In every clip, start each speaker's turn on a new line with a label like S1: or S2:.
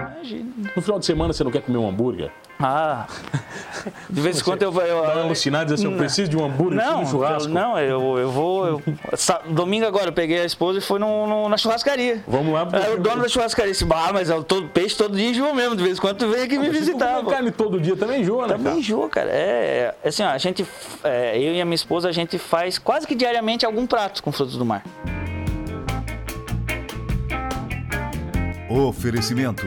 S1: imagino.
S2: No final de semana você não quer comer um hambúrguer?
S1: Ah, de vez em quando eu vou. Eu,
S2: Vai alucinar e dizer assim, eu preciso de um hambúrguer, preciso
S1: não,
S2: de um churrasco.
S1: eu- não, eu, eu vou. eu- sa- domingo agora eu peguei a esposa e foi no, no- na churrascaria.
S2: Vamos lá.
S1: Aí É, o dono da churrascaria disse: Bah, mas eu todo, peixe todo dia enjoa mesmo. De vez em quando tu vem aqui me
S2: Mas se tu
S1: visitar.
S2: comer
S1: pô."
S2: carne todo dia também enjoa, né?
S1: Também enjoa, cara. É, é, assim, ó, a gente, é, eu e a minha esposa, a gente faz quase que diariamente algum prato com frutos do mar.
S3: Oferecimento: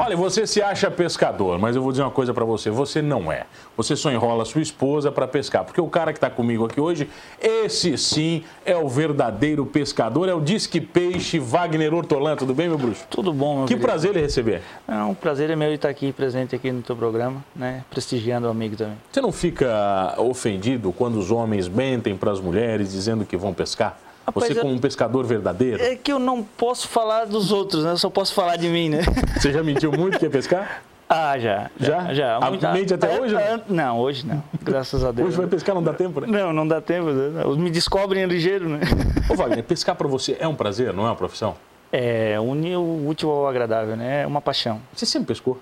S2: Olha, você se acha pescador, mas eu vou dizer uma coisa pra você, você não é. Você só enrola sua esposa pra pescar, porque o cara que tá comigo aqui hoje, esse sim é o verdadeiro pescador, é o Disque Peixe Wagner Hortolã, tudo bem, meu bruxo?
S1: Tudo bom, meu
S2: Que
S1: querido.
S2: prazer ele receber.
S1: É um prazer é meu estar aqui presente aqui no teu programa, né? Prestigiando o amigo também.
S2: Você não fica ofendido quando os homens mentem pras mulheres dizendo que vão pescar?
S1: Rapaz,
S2: você
S1: eu-
S2: como um pescador verdadeiro,
S1: É que eu não posso falar dos outros, né? Eu só posso falar de mim, né?
S2: você já mentiu muito que ia pescar?
S1: Ah, já.
S2: Já?
S1: Já.
S2: Ah, mente até
S1: Ah,
S2: hoje, né?
S1: ah, Não, hoje não. Graças a Deus.
S2: Hoje vai pescar, não dá tempo, né?
S1: Não, não dá tempo. né? Me descobrem ligeiro, né?
S2: Ô Wagner, pescar pra você é um prazer, não é uma profissão?
S1: É, unir o útil ao agradável, né? É uma paixão.
S2: Você sempre pescou?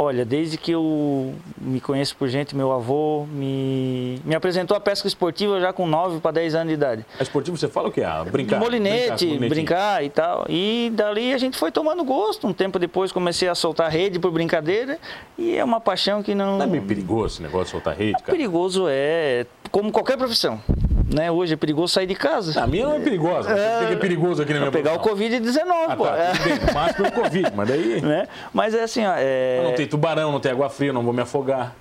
S1: Olha, desde que eu me conheço por gente, meu avô me, me apresentou a pesca esportiva já com 9 para 10 anos de idade.
S2: A esportivo você fala o que? Ah, brincar.
S1: molinete,
S2: brincar com o
S1: brincar,
S2: molinete.
S1: e tal. E dali a gente foi tomando gosto. Um tempo depois comecei a soltar rede por brincadeira e é uma paixão que não.
S2: Não é meio perigoso esse negócio de soltar rede, cara?
S1: perigoso é como qualquer profissão, né? Hoje é perigoso sair de casa.
S2: A minha não é perigosa. mas O que que é perigoso aqui na minha
S1: pegar o
S2: profissão?
S1: Covid-19, pô.
S2: Ah, tá, tudo bem. No máximo é o Covid, mas daí...
S1: né? Mas é assim, ó, é-
S2: Não tem tubarão, não tem água fria, não vou me afogar.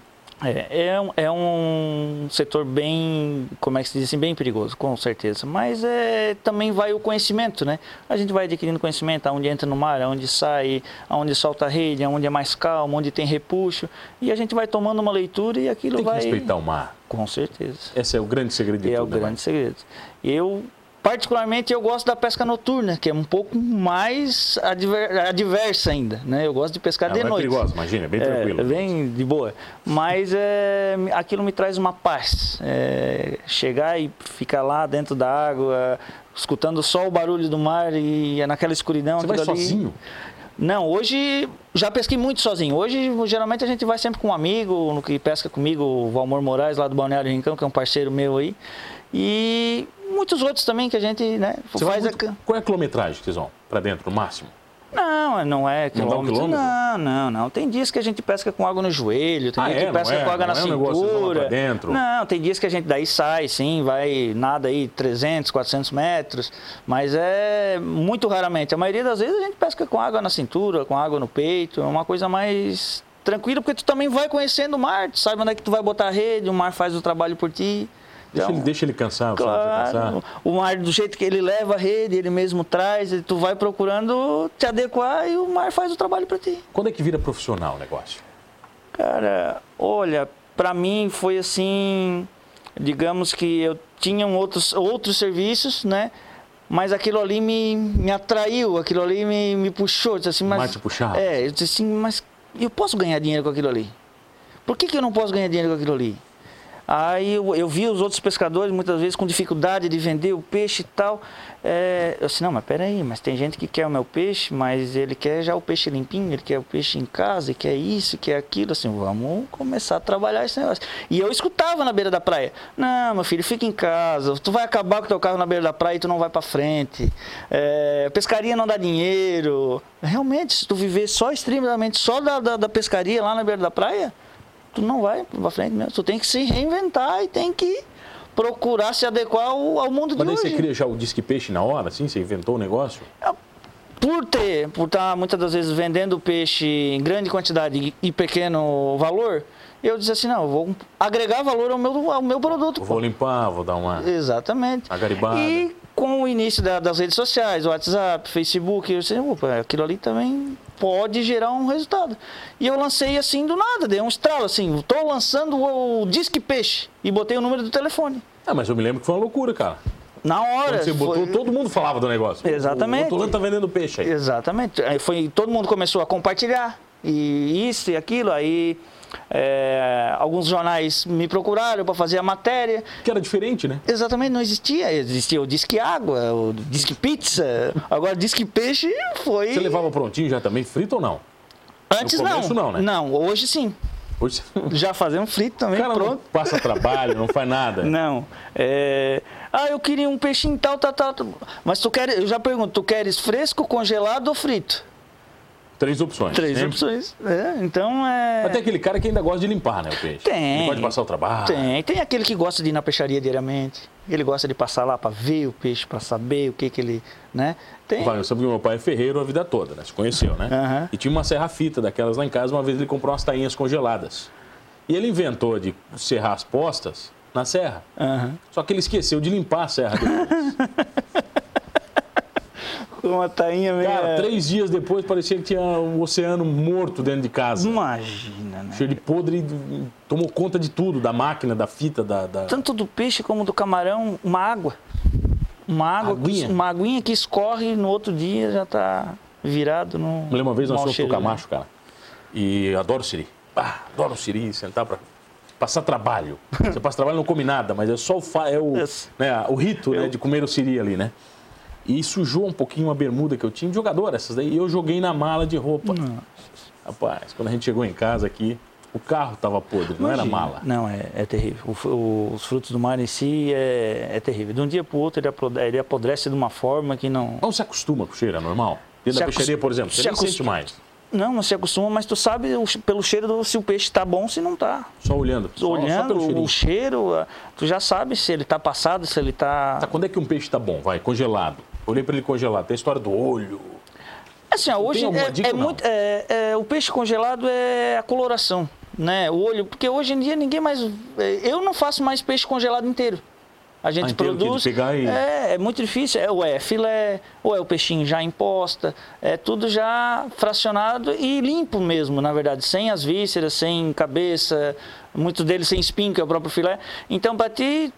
S1: É, é, um, é um setor bem, como é que se diz assim, bem perigoso, com certeza. Mas é, também vai o conhecimento, né? A gente vai adquirindo conhecimento, aonde entra no mar, aonde sai, aonde solta a rede, aonde é mais calmo, onde tem repuxo. E a gente vai tomando uma leitura e aquilo
S2: Tem que
S1: vai...
S2: respeitar o mar.
S1: Com certeza.
S2: Esse é o grande segredo de
S1: é o
S2: tudo, né,
S1: grande segredo. Eu, particularmente, eu gosto da pesca noturna, que é um pouco mais adver- adversa ainda, né? Eu gosto de pescar
S2: Wagner?
S1: de
S2: Ah, não é
S1: noite.
S2: perigoso, imagina, é bem
S1: É,
S2: tranquilo.
S1: bem de boa. Mas é, aquilo me traz uma paz. É, chegar e ficar lá dentro da água, escutando só o barulho do mar e naquela escuridão.
S2: Você vai
S1: aquilo ali.
S2: sozinho?
S1: Não, hoje já pesquei muito sozinho. Hoje, geralmente, a gente vai sempre com um amigo, no que pesca comigo, o Valmor Moraes, lá do Balneário Rincão, que é um parceiro meu aí. E muitos outros também que a gente, né,
S2: Você vai
S1: faz a
S2: muito-
S1: ca-
S2: Qual é a quilometragem que vocês vão? Pra dentro, no máximo?
S1: não, não é
S2: Não dá um
S1: quilômetro.
S2: quilômetro?
S1: Não, não, não. Tem dias que a gente pesca com água no joelho, tem
S2: Ah,
S1: dias
S2: é?
S1: que
S2: Não
S1: pesca
S2: é?
S1: com água
S2: Não
S1: na
S2: é um negócio que vocês vão lá
S1: cintura.
S2: pra dentro?
S1: Não, tem dias que a gente daí sai, sim, vai nada aí 300, 400 metros, mas é muito raramente. A maioria das vezes a gente pesca com água na cintura, com água no peito, é uma coisa mais tranquila, porque tu também vai conhecendo o mar, tu sabe onde é que tu vai botar a rede, o mar faz o trabalho por ti.
S2: Deixa,
S1: Então-
S2: ele, deixa ele cansar, você não deixa
S1: Claro,
S2: cansar.
S1: o mar do jeito que ele leva a rede, ele mesmo traz, e tu vai procurando te adequar e o mar faz o trabalho para ti.
S2: Quando é que vira profissional o negócio?
S1: Cara, olha, para mim foi assim, digamos que eu tinha um outros, outros serviços, né? Mas aquilo ali me, me atraiu, aquilo ali me, me puxou. eu Disse assim, mas,
S2: mar te puxava?
S1: É, eu disse assim, mas eu posso ganhar dinheiro com aquilo ali? Por que, que eu não posso ganhar dinheiro com aquilo ali? Aí eu, eu vi os outros pescadores muitas vezes com dificuldade de vender o peixe e tal. É, eu disse, não, mas peraí, mas tem gente que quer o meu peixe, mas ele quer já o peixe limpinho, ele quer o peixe em casa, ele quer isso, quer aquilo. Assim, vamos começar a trabalhar esse negócio. E eu escutava na beira da praia, não, meu filho, fica em casa, tu vai acabar com teu carro na beira da praia e tu não vai pra frente. É, pescaria não dá dinheiro. Realmente, se tu viver só extremamente, só da- da- da pescaria lá na beira da praia, tu não vai pra frente mesmo. Tu tem que se reinventar e tem que procurar se adequar ao, ao mundo
S2: Mas
S1: de
S2: daí
S1: hoje. É,
S2: você cria já o disque peixe na hora, assim? Você inventou o negócio?
S1: Por ter, por estar muitas das vezes vendendo peixe em grande quantidade e- e pequeno valor, eu disse assim, não, eu vou agregar valor ao meu, ao meu produto.
S2: Vou limpar, vou dar uma...
S1: Exatamente.
S2: A garibada.
S1: E com o início da- das redes sociais, WhatsApp, Facebook, eu disse, opa, aquilo ali também pode gerar um resultado. E eu lancei assim do nada, dei um estralo assim, estou lançando o, o Disque Peixe e botei o número do telefone.
S2: Ah, mas eu me lembro que foi uma loucura, cara.
S1: Na hora.
S2: Quando você botou,
S1: foi-
S2: todo mundo falava do negócio.
S1: Exatamente.
S2: O Hortolã tá vendendo peixe aí.
S1: Exatamente. Aí foi, todo mundo começou a compartilhar, e isso e aquilo. Aí é, alguns jornais me procuraram para fazer a matéria.
S2: Que era diferente, né?
S1: Exatamente, não existia. Existia o Disque Água, o Disque Pizza. Agora, Disque Peixe foi.
S2: Você levava prontinho já também, frito ou não?
S1: Antes
S2: no começo
S1: não.
S2: não, né?
S1: Não, hoje sim.
S2: Hoje você- o
S1: Já fazemos um frito também,
S2: cara não
S1: pronto.
S2: passa trabalho, não faz nada.
S1: Não. É, Ah, eu queria um peixinho tal, tal, tal. tal. Mas tu queres, eu já pergunto, tu queres fresco, congelado ou frito?
S2: Três opções.
S1: Três
S2: sempre.
S1: opções. É, então é.
S2: Até aquele cara que ainda gosta de limpar, né, o peixe.
S1: Tem.
S2: Ele pode passar o trabalho.
S1: Tem, tem aquele que gosta de ir na peixaria diariamente. Ele gosta de passar lá para ver o peixe, para saber o que que ele, né? Tem.
S2: Vai, eu soube que meu pai é ferreiro a vida toda, né? Se conheceu, né?
S1: Aham.
S2: E tinha uma serra-fita daquelas lá em casa. Uma vez ele comprou umas tainhas congeladas. E ele inventou de serrar as postas na serra.
S1: Aham.
S2: Só que ele esqueceu de limpar a serra. depois.
S1: Com uma tainha meio
S2: Cara, três dias depois parecia que tinha um oceano morto dentro de
S1: Hum.
S2: casa.
S1: Imagina, né?
S2: Cheio de podre, e tomou conta de tudo, da máquina, da fita, da... da-
S1: Tanto do peixe como do camarão, uma água. Uma água,
S2: Aguinha?
S1: Que, uma aguinha que escorre no outro dia já tá virado no
S2: Me lembro uma vez nós
S1: mau
S2: fomos pro
S1: cheiro, né?
S2: Camacho, cara. E eu adoro Siri. Ah, adoro Siri, sentar pra passar trabalho. Você passa trabalho não come nada, mas é só o, fa- é o,
S1: Yes.
S2: né, o rito né,
S1: Eu-
S2: de comer o Siri ali, né? E sujou um pouquinho a bermuda que eu tinha de jogador, essas daí. E eu joguei na mala de roupa. Rapaz, quando a gente chegou em casa aqui, o carro tava podre, não era
S1: Imagina.
S2: mala.
S1: Não, é, é terrível. O fru- o- os frutos do mar em si é, é terrível. De um dia para o outro ele apodre- ele apodrece de uma forma que não.
S2: Não se acostuma com o cheiro, é normal. Dentro
S1: Se
S2: da
S1: acos-
S2: peixaria, por exemplo, você
S1: se
S2: nem sente
S1: acos-
S2: mais.
S1: Não, não se acostuma, mas tu sabe o che- pelo cheiro do, se o peixe está bom, se não está.
S2: Só olhando. Só, só
S1: Olhando
S2: pelo cheirinho.
S1: o cheiro, a- tu já sabe se ele está passado, se ele está.
S2: Tá, quando é que um peixe tá bom? Vai, congelado. Olhei pra ele congelado. Tem a história do olho.
S1: Assim, ó, hoje
S2: alguma
S1: é,
S2: dica
S1: é
S2: ou não?
S1: muito. é- é, o peixe congelado é a coloração, né? O olho, porque hoje em dia ninguém mais. é, Eu não faço mais peixe congelado inteiro. A gente
S2: Ah, inteiro, que de
S1: produz.
S2: pegar e-
S1: É, é muito difícil. É, ou é filé, ou é o peixinho já imposta, é tudo já fracionado e limpo mesmo, na verdade, sem as vísceras, sem cabeça, muitos deles sem espinho, que é o próprio filé. Então, para ti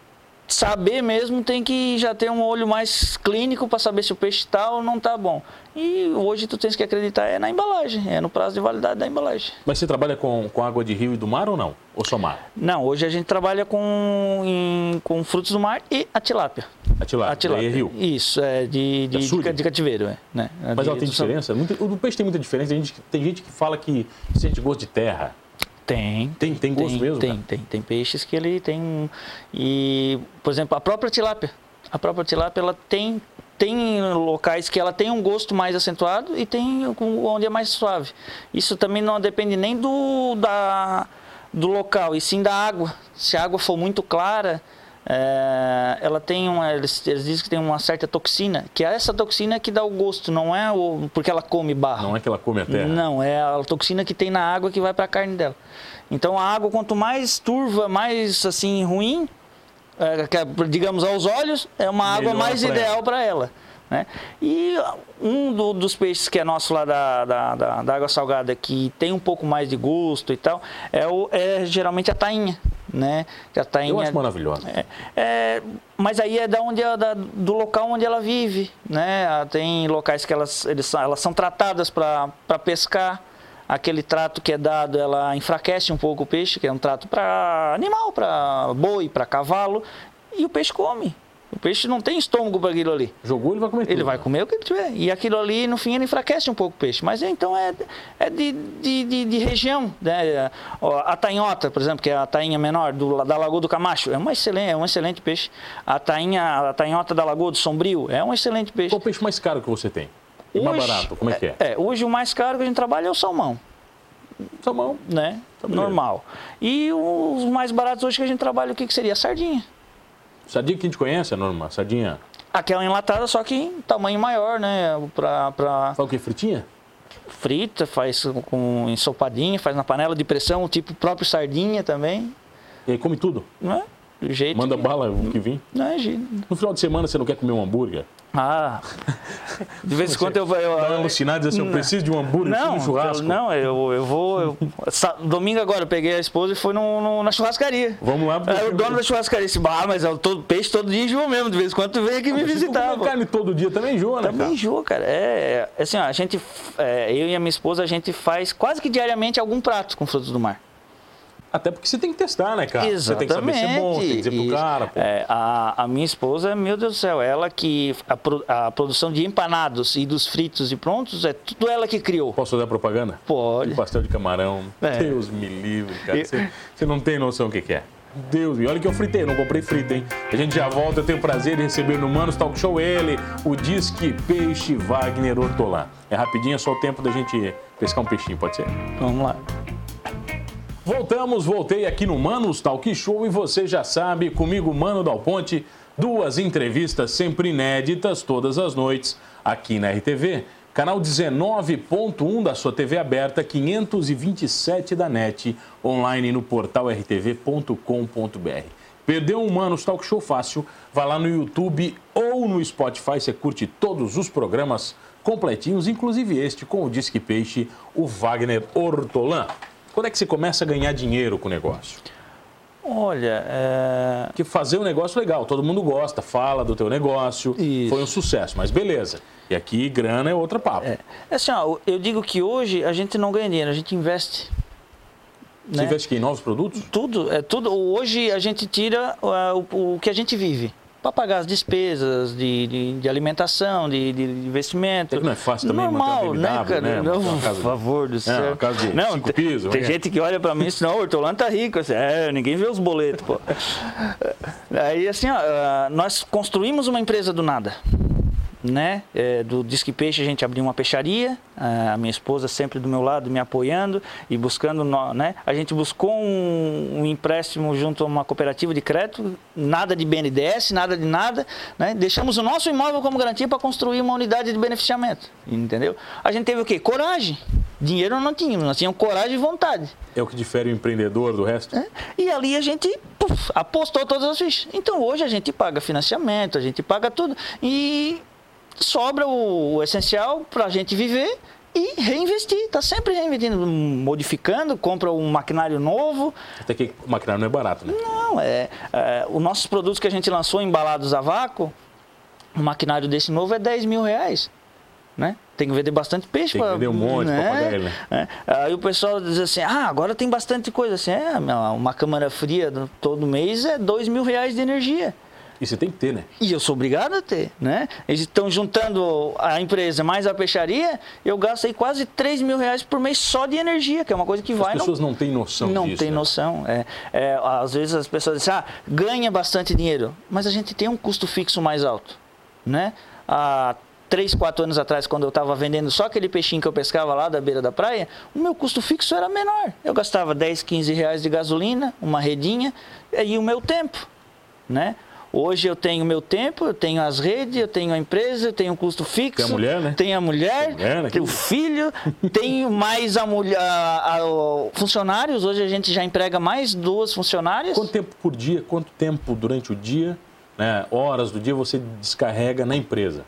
S1: saber mesmo, tem que já ter um olho mais clínico para saber se o peixe está ou não está bom. E hoje tu tens que acreditar é na embalagem, é no prazo de validade da embalagem.
S2: Mas você trabalha com, com água de rio e do mar ou não? Ou só mar?
S1: Não, hoje a gente trabalha com, em- com frutos do mar e a tilápia.
S2: A tilápia.
S1: A tilápia.
S2: Daí é rio.
S1: Isso, é de, de, de,
S2: açude?
S1: ca- de cativeiro, é, né? A
S2: Mas
S1: de-
S2: ela tem
S1: do sal-
S2: diferença? Muita- o do peixe tem muita diferença. Tem gente, tem gente que fala que sente gosto de terra.
S1: Tem.
S2: Tem, tem gosto
S1: tem,
S2: mesmo?
S1: Tem,
S2: cara?
S1: tem, tem peixes que ele tem um- e por exemplo a própria tilápia, a própria tilápia ela tem tem locais que ela tem um gosto mais acentuado e tem com- onde é mais suave. Isso também não depende nem do da do local e sim da água. Se a água for muito clara é, ela tem uma, eles, eles dizem que tem uma certa toxina, que é essa toxina que dá o gosto, não é o, porque ela come barro.
S2: Não é que ela come a terra.
S1: Não, é a toxina que tem na água que vai para a carne dela. Então a água, quanto mais turva, mais assim ruim, é, que é, digamos aos olhos, é uma
S2: Melhor
S1: água mais
S2: pra
S1: ideal
S2: ela.
S1: para ela. Né? E um do- dos peixes que é nosso lá da, da, da- da água salgada, que tem um pouco mais de gosto e tal, é, o- é geralmente a tainha. Né? Que a tainha
S2: Eu acho maravilhosa.
S1: é, é, mas aí é da onde ela- da- do local onde ela vive, né? Ela Tem locais que elas, eles são- elas são tratadas para pescar. Aquele trato que é dado, ela enfraquece um pouco o peixe, que é um trato para animal, para boi, para cavalo, e o peixe come. O peixe não tem estômago para aquilo ali.
S2: Jogou, ele vai comer tudo.
S1: Ele vai
S2: né?
S1: comer o que ele tiver. E aquilo ali, no fim, ele enfraquece um pouco o peixe. Mas então é, é de, de, de- de região. Né? Ó, A tainhota, por exemplo, que é a tainha menor do- da Lagoa do Camacho, é, uma excelente, é um excelente peixe. A tainha, a tainhota da Lagoa do Sombrio é um excelente peixe.
S2: Qual o peixe mais caro que você tem? O mais barato, como é que é?
S1: Hoje o mais caro que a gente trabalha é o salmão,
S2: Salmão.
S1: né?
S2: Tá beleza.
S1: Normal. E os mais baratos hoje que a gente trabalha, o que, que seria? A sardinha.
S2: Sardinha que a gente conhece, é normal. Sardinha.
S1: Aquela enlatada, só que em tamanho maior, né? Pra, pra...
S2: Fala o que? Fritinha?
S1: frita, faz com ensopadinha, faz na panela de pressão, tipo próprio sardinha também,
S2: E aí come tudo.
S1: não é? Do jeito
S2: Manda
S1: que,
S2: bala o que vim.
S1: Não é, Gino?
S2: No final de semana você não quer comer um hambúrguer?
S1: Ah, um de vez em quando eu, eu,
S2: Dá uma
S1: eu
S2: alucinada e diz assim, eu preciso de um hambúrguer, eu preciso
S1: não,
S2: de um churrasco.
S1: eu- não, eu, eu vou. eu- sa- domingo agora, eu peguei a esposa e fui num- num- na churrascaria.
S2: Vamos lá, porque-
S1: Aí o dono da churrascaria disse: Bah, mas eu todo, peixe todo dia enjoa mesmo. De vez em quando tu vem aqui me
S2: Se tu
S1: visitar.
S2: comer
S1: pô."
S2: carne todo dia também enjoa, né,
S1: Também
S2: cara?
S1: enjoa, cara. É, é, assim, ó, a gente, f- é, eu e a minha esposa, a gente faz quase que diariamente algum prato com frutos do mar.
S2: Até porque você tem que testar, né, cara?
S1: Exatamente.
S2: Você tem que saber se é bom, tem que dizer pro
S1: Isso.
S2: cara, pô.
S1: É, a, a minha esposa, meu Deus do céu, ela que a, pro- a produção de empanados e dos fritos e prontos é tudo ela que criou.
S2: Posso fazer a propaganda?
S1: Pode.
S2: De pastel de camarão.
S1: É.
S2: Deus me livre, cara.
S1: Eu-
S2: Você você não tem noção o que, que é. Deus, me- olha que eu fritei, não comprei frita, hein? A gente já volta, eu tenho o prazer de receber no Manos Talk Show ele, o Disque Peixe Wagner Hortolã. É rapidinho, é só o tempo da gente pescar um peixinho, pode ser?
S1: Vamos lá.
S2: Voltamos, voltei aqui no Manos Talk Show e você já sabe, comigo, Mano Dal Ponte, duas entrevistas sempre inéditas todas as noites aqui na RTV, canal 19.1 da sua TV aberta, 527 da NET, online no portal rtv.com.br. Perdeu um Manos Talk Show fácil? Vá lá no YouTube ou no Spotify, você curte todos os programas completinhos, inclusive este com o Disque Peixe, o Wagner Hortolã. Quando é que você começa a ganhar dinheiro com o negócio?
S1: Olha, é,
S2: Porque fazer um negócio é legal, todo mundo gosta, fala do teu negócio,
S1: Isso.
S2: foi um sucesso, mas beleza. E aqui grana é outra papo.
S1: É. É assim, ó, eu digo que hoje a gente não ganha dinheiro, a gente investe.
S2: Você
S1: né?
S2: investe aqui em novos produtos?
S1: Tudo, é tudo. Hoje a gente tira ah, o, o que a gente vive. Para pagar as despesas de, de, de alimentação, de, de investimento.
S2: Até que não é fácil também
S1: Normal,
S2: manter a
S1: né,
S2: BMW,
S1: cara?
S2: né?
S1: Não,
S2: Uma
S1: por
S2: casa-
S1: favor do céu.
S2: uma casa de
S1: não,
S2: cinco
S1: tem-
S2: pisos,
S1: Tem
S2: né?
S1: gente que olha para mim e diz, não, o hortolano tá rico. Assim, é, ninguém vê os boletos, pô. Aí, assim, ó, ah, nós construímos uma empresa do nada né? É, do Disque Peixe a gente abriu uma peixaria, a minha esposa sempre do meu lado me apoiando e buscando, nó- né? A gente buscou um, um empréstimo junto a uma cooperativa de crédito, nada de BNDES, nada de nada, né? Deixamos o nosso imóvel como garantia para construir uma unidade de beneficiamento, entendeu? A gente teve o quê? Coragem. Dinheiro nós não tínhamos, nós tínhamos coragem e vontade.
S2: É o que difere o empreendedor do resto?
S1: né? E ali a gente puf, apostou todas as fichas. Então hoje a gente paga financiamento, a gente paga tudo e sobra o, o essencial para a gente viver e reinvestir. Está sempre reinvestindo, modificando, compra um maquinário novo.
S2: Até que maquinário não é barato, né?
S1: Não, é, é, os nossos produtos que a gente lançou embalados a vácuo, um maquinário desse novo é 10 mil reais. Né? Tem que vender bastante peixe
S2: Tem que
S1: pra-
S2: vender um monte pra pagar ele, né?
S1: né? Aí o pessoal diz assim, ah, agora tem bastante coisa. Assim, é, uma uma câmara fria do- todo mês é 2 mil reais de energia.
S2: E você tem que ter, né?
S1: E eu sou obrigado a ter, né? Eles estão juntando a empresa mais a peixaria, eu gasto aí quase 3 mil reais por mês só de energia, que é uma coisa que vai...
S2: As
S1: não-
S2: pessoas não têm noção
S1: não
S2: disso.
S1: tem
S2: né?
S1: noção. É, É, às vezes as pessoas dizem, ah, ganha bastante dinheiro, mas a gente tem um custo fixo mais alto, né? Há três, quatro anos atrás, quando eu estava vendendo só aquele peixinho que eu pescava lá da beira da praia, o meu custo fixo era menor. Eu gastava 10, 15 reais de gasolina, uma redinha e o meu tempo, né? Hoje eu tenho meu tempo, eu tenho as redes, eu tenho a empresa, eu tenho um custo fixo.
S2: Tem a mulher, né?
S1: Tenho a mulher,
S2: Tem mulher, né?
S1: tenho o filho, tenho mais a mulher, a- a- o- funcionários. Hoje a gente já emprega mais duas funcionárias.
S2: Quanto tempo por dia, quanto tempo durante o dia, né, horas do dia você descarrega na empresa?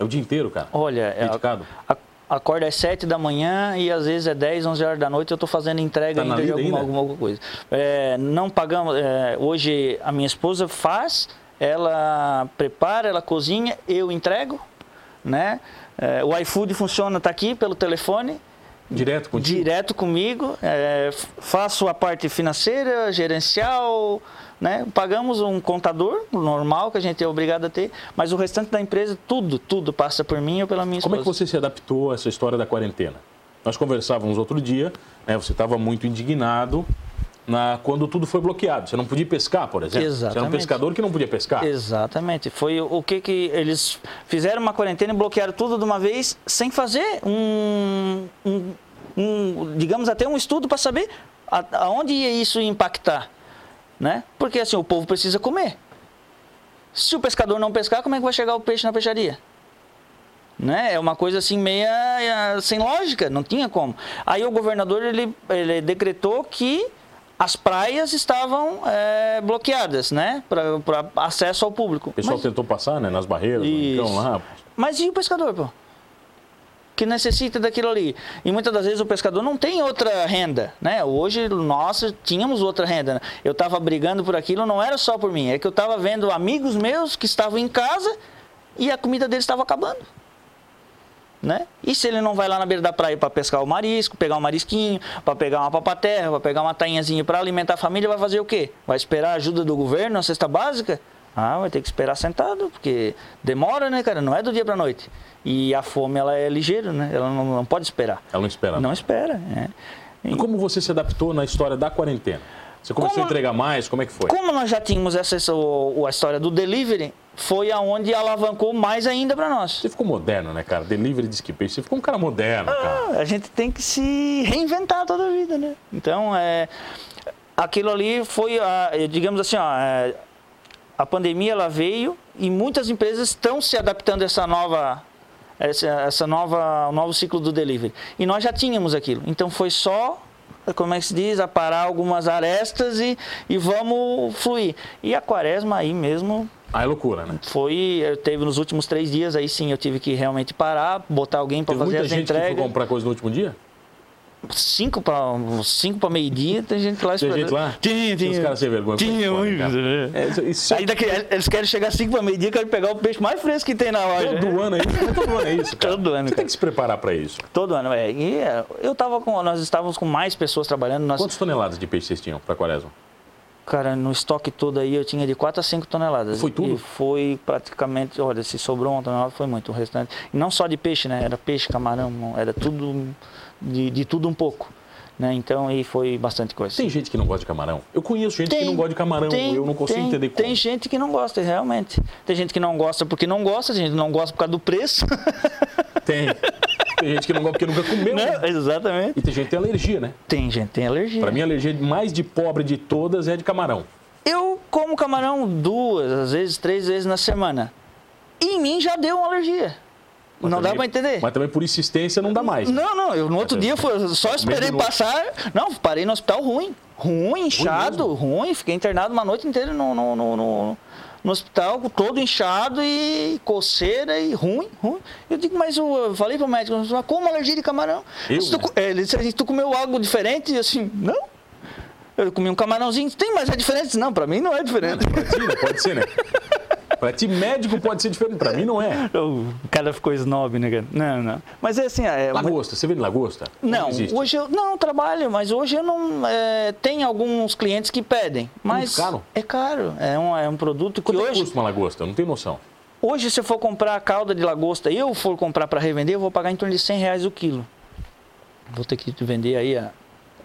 S2: É o dia inteiro, cara.
S1: Olha, é,
S2: Dedicado.
S1: a- acorda às 7 da manhã e às vezes é 10, 11 horas da noite eu estou fazendo entrega
S2: Tá na
S1: ainda de
S2: lida
S1: alguma,
S2: ainda?
S1: alguma coisa. É, não pagamos. é, hoje a minha esposa faz, ela prepara, ela cozinha, eu entrego, né? É, o iFood funciona, tá aqui pelo telefone.
S2: Direto contigo?
S1: direto comigo, é, f- faço a parte financeira, gerencial, né? pagamos um contador normal que a gente é obrigado a ter, mas o restante da empresa, tudo, tudo passa por mim ou pela minha
S2: Como
S1: esposa.
S2: é que você se adaptou a essa história da quarentena? Nós conversávamos outro dia, né, você estava muito indignado na, quando tudo foi bloqueado. Você não podia pescar, por exemplo. Você era um
S1: Exatamente.
S2: pescador que não podia pescar.
S1: Exatamente, foi o o que que eles fizeram uma quarentena e bloquearam tudo de uma vez sem fazer um, um- um, digamos até um estudo para saber a- aonde ia isso impactar, né? Porque assim, o povo precisa comer. Se o pescador não pescar, como é que vai chegar o peixe na peixaria? né? É uma coisa assim meia eh, sem lógica, não tinha como. Aí o governador ele, ele decretou que as praias estavam é, bloqueadas, né? Para acesso ao público.
S2: O pessoal
S1: Mas-
S2: tentou passar, né? Nas barreiras, no
S1: Isso.
S2: rincão lá.
S1: Mas e o pescador, pô? Que necessita daquilo ali. E muitas das vezes o pescador não tem outra renda, né? Hoje nós tínhamos outra renda. né? Eu estava brigando por aquilo, não era só por mim. É que eu estava vendo amigos meus que estavam em casa e a comida deles estava acabando. Né? E se ele não vai lá na beira da praia para pescar o marisco, pegar um marisquinho, para pegar uma papaterra, para pegar uma tainhazinha para alimentar a família, vai fazer o quê? Vai esperar a ajuda do governo, a cesta básica? Ah, vai ter que esperar sentado, porque demora, né, cara? Não é do dia para noite. E a fome, ela é ligeira, né? Ela não, não pode esperar.
S2: Ela não esperava.
S1: Não espera, né? E
S2: E como você se adaptou na história da quarentena? Você começou
S1: Como-
S2: a entregar mais? Como é que foi?
S1: Como nós já tínhamos essa, essa- o- a história do delivery, foi aonde alavancou mais ainda para nós.
S2: Você ficou moderno, né, cara? Delivery de skipper. Você ficou um cara
S1: Ah!
S2: moderno, cara.
S1: a gente tem que se reinventar toda a vida, né? Então, é, aquilo ali foi, a, eh, digamos assim, ó, é, a pandemia ela veio e muitas empresas estão se adaptando a essa nova essa, essa nova o novo ciclo do delivery. E nós já tínhamos aquilo. Então foi só como é que se diz, aparar algumas arestas e, e vamos fluir. E a quaresma aí mesmo
S2: Ah, é loucura, né?
S1: foi, eu teve nos últimos três dias, aí sim eu tive que realmente parar, botar alguém para
S2: Teve
S1: fazer
S2: muita
S1: as
S2: gente que foi
S1: entregas
S2: comprar coisa no último dia?
S1: cinco para cinco para meio-dia, tem gente lá
S2: Tinha
S1: esperando.
S2: gente lá?
S1: Tinha, tinha.
S2: Os caras sem vergonha.
S1: Tinha,
S2: Fone, cara.
S1: muito.
S2: É, isso- isso-
S1: Aí daqui, eles querem chegar cinco para meio-dia, querem pegar o peixe mais fresco que tem na hora.
S2: Todo ano é isso, todo ano é isso, cara.
S1: Todo ano,
S2: Você tem
S1: cara.
S2: que se preparar pra isso.
S1: Todo ano, é. E é, eu tava com, nós estávamos com mais pessoas trabalhando, nós,
S2: Quantas toneladas de peixe vocês tinham pra quaresma?
S1: cara, no estoque todo aí eu tinha de 4 a 5 toneladas.
S2: Foi tudo?
S1: E foi praticamente, olha, se sobrou uma tonelada foi muito, o restante. E não só de peixe, né? Era peixe, camarão, era tudo de, de tudo um pouco, né? Então, aí foi bastante coisa.
S2: Tem gente que não gosta de camarão. Eu conheço gente que
S1: Tem,
S2: não gosta de camarão.
S1: tem,
S2: eu não consigo
S1: tem,
S2: entender como.
S1: Tem gente que não gosta, realmente. Tem gente que não gosta porque não gosta, tem gente que não gosta por causa do preço.
S2: Tem. Tem gente que não gosta porque nunca comeu.
S1: né? Exatamente.
S2: E tem gente que tem alergia, né?
S1: Tem gente, que tem alergia.
S2: Pra mim, a alergia mais de pobre de todas é a de camarão.
S1: Eu como camarão duas, às vezes três vezes na semana. E em mim já deu uma alergia.
S2: Mas é
S1: não dá
S2: também-
S1: pra entender.
S2: Mas também por insistência não dá mais. né?
S1: Não, não, eu no outro
S2: Mas
S1: dia foi, só esperei
S2: no-
S1: passar. Não, parei no hospital ruim. Ruim, inchado,
S2: mesmo?
S1: ruim. Fiquei internado uma noite inteira no, no, no, no, no hospital, todo inchado e coceira e ruim, ruim. Eu digo, mas eu, eu falei pro médico, mas "Ah, como alergia de camarão?
S2: Eu,
S1: Mas tu
S2: né?
S1: co- é, Ele disse, assim, tu comeu algo diferente? E eu assim, não. Eu comi um camarãozinho, tem, mas é diferente? Não, pra mim não é diferente.
S2: Pra ti, né? Pode ser, né? Pra ti, médico pode ser diferente. Pra mim, não é.
S1: O cara ficou snob, né, cara? Não, não. Mas é assim, é,
S2: Lagosta. Você vende lagosta?
S1: Não,
S2: existe.
S1: hoje eu não eu trabalho, mas hoje eu não é, tem alguns clientes que pedem, mas
S2: caro?
S1: é caro, é um, é um produto que
S2: Quanto é que
S1: hoje,
S2: custa uma lagosta? Eu não tenho noção.
S1: hoje se eu for comprar a calda de lagosta, e eu for comprar para revender, eu vou pagar em torno de 100 reais o quilo. Vou ter que vender aí, a,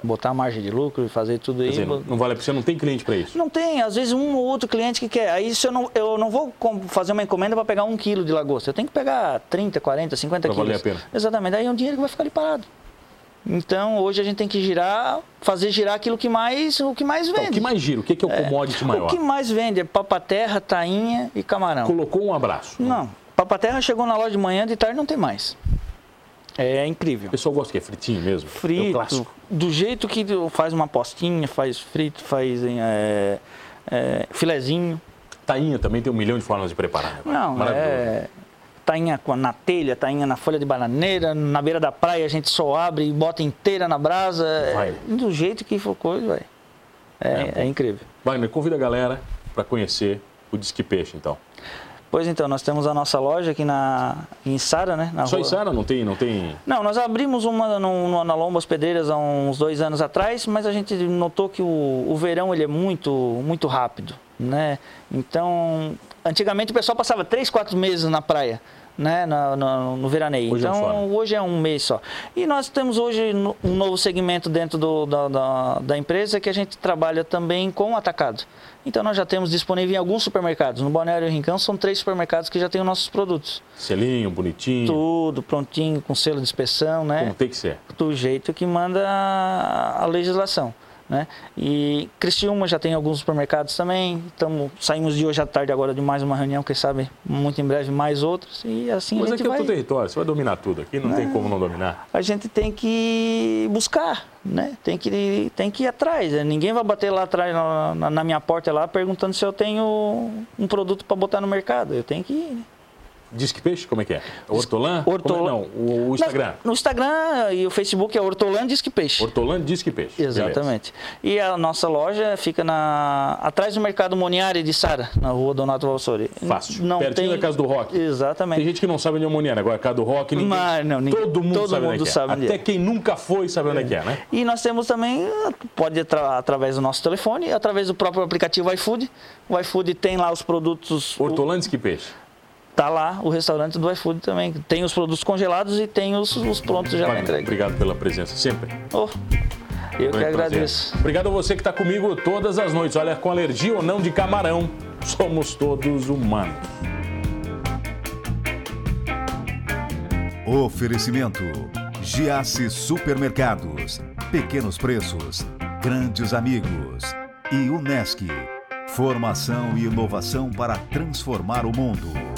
S1: botar a margem de lucro e fazer tudo aí.
S2: Quer dizer,
S1: vou-
S2: não, não vale a pena. Você não tem cliente pra isso.
S1: não tem, às vezes um ou outro cliente que quer. Aí se eu não, eu não vou com- fazer uma encomenda para pegar um quilo de lagosta. Eu tenho que pegar 30, 40, 50
S2: Pra
S1: quilos.
S2: valer a pena.
S1: Exatamente. Aí é um dinheiro que vai ficar ali parado. Então hoje a gente tem que girar, fazer girar aquilo que mais, o que mais vende.
S2: Então, o que mais gira? O que é, que é o commodity maior?
S1: O que mais vende é papaterra, tainha e camarão.
S2: Colocou um abraço.
S1: Não, papaterra chegou na loja de manhã, de tarde não tem mais. É incrível
S2: O pessoal gosta que é fritinho mesmo. É o
S1: frito,
S2: clássico.
S1: do jeito que tu faz uma postinha, faz frito, faz em, é, é, filezinho.
S2: Tainha também tem um milhão de formas de preparar. né?
S1: Não,
S2: Maravilhoso.
S1: é tainha com- na telha, tainha na folha de bananeira, na beira da praia a gente só abre e bota inteira na brasa. é,
S2: Vai.
S1: do jeito que for coisa, vai. É, é incrível.
S2: Wagner, convida a galera pra conhecer o Disque Peixe, então.
S1: Pois então, nós temos a nossa loja aqui na, em Sara, né? Na
S2: Só em
S1: rua-
S2: Sara não tem, não tem
S1: Não, nós abrimos uma no, no, na Lomba As Pedreiras há uns dois anos atrás, mas a gente notou que o, o verão ele é muito, muito rápido, né? Então, antigamente o pessoal passava três, quatro meses na praia, né? Na- na- no, veraneio.
S2: Hoje é um só, né?
S1: então, hoje é um mês só. E nós temos hoje no- um novo segmento dentro do- da, da- da empresa que a gente trabalha também com atacado. Então, nós já temos disponível em alguns supermercados. No Balneário Rincão são três supermercados que já têm os nossos produtos.
S2: selinho, bonitinho,
S1: Tudo prontinho, com selo de inspeção, né?
S2: como tem que ser.
S1: do jeito que manda a a legislação. Né? E Criciúma já tem alguns supermercados também. Tamo, saímos de hoje à tarde agora de mais uma reunião, quem sabe muito em breve mais outras. E assim
S2: Mas
S1: a gente
S2: aqui é o
S1: vai. É.
S2: teu território, você vai dominar tudo aqui, não tem como não dominar.
S1: A gente tem que buscar, né? Tem que, tem que ir atrás. né? Ninguém vai bater lá atrás na, na- na minha porta lá perguntando se eu tenho um produto para botar no mercado. Eu tenho que ir. né?
S2: Diz que peixe, como é que é? Hortolã?
S1: Hortolã-
S2: Como é? Não, o, o Instagram.
S1: No Instagram e o Facebook é Hortolã Disque Peixe.
S2: Hortolã diz que peixe. Beleza.
S1: Exatamente. E a nossa loja fica na atrás do Mercado Moniari de Sara, na rua Donato Valsori.
S2: Fácil. Pertinho da Casa do Rock. Tem
S1: Exatamente.
S2: gente que não sabe onde é o Moniana, agora Casa do Rock, ninguém,
S1: Mas não, ninguém-
S2: todo mundo
S1: todo
S2: sabe onde é
S1: mundo
S2: que é.
S1: sabe onde
S2: Até
S1: é.
S2: quem nunca foi sabe onde é que é, né?
S1: E nós temos também, ah, pode atra- através do nosso telefone, através do próprio aplicativo iFood. O iFood tem lá os produtos, o,
S2: Hortolã diz que peixe.
S1: tá lá o restaurante do iFood também. Tem os produtos congelados e tem os, os prontos já lá
S2: Wagner,
S1: entregues.
S2: obrigado pela presença, sempre.
S1: Oh, eu que
S2: Grande
S1: agradeço.
S2: prazer. Obrigado a você que está comigo todas as noites. Olha, com alergia ou não de camarão, somos todos humanos.
S3: Oferecimento: Giasse Supermercados, Pequenos Preços, Grandes Amigos e Unesc. Formação e inovação para transformar o mundo.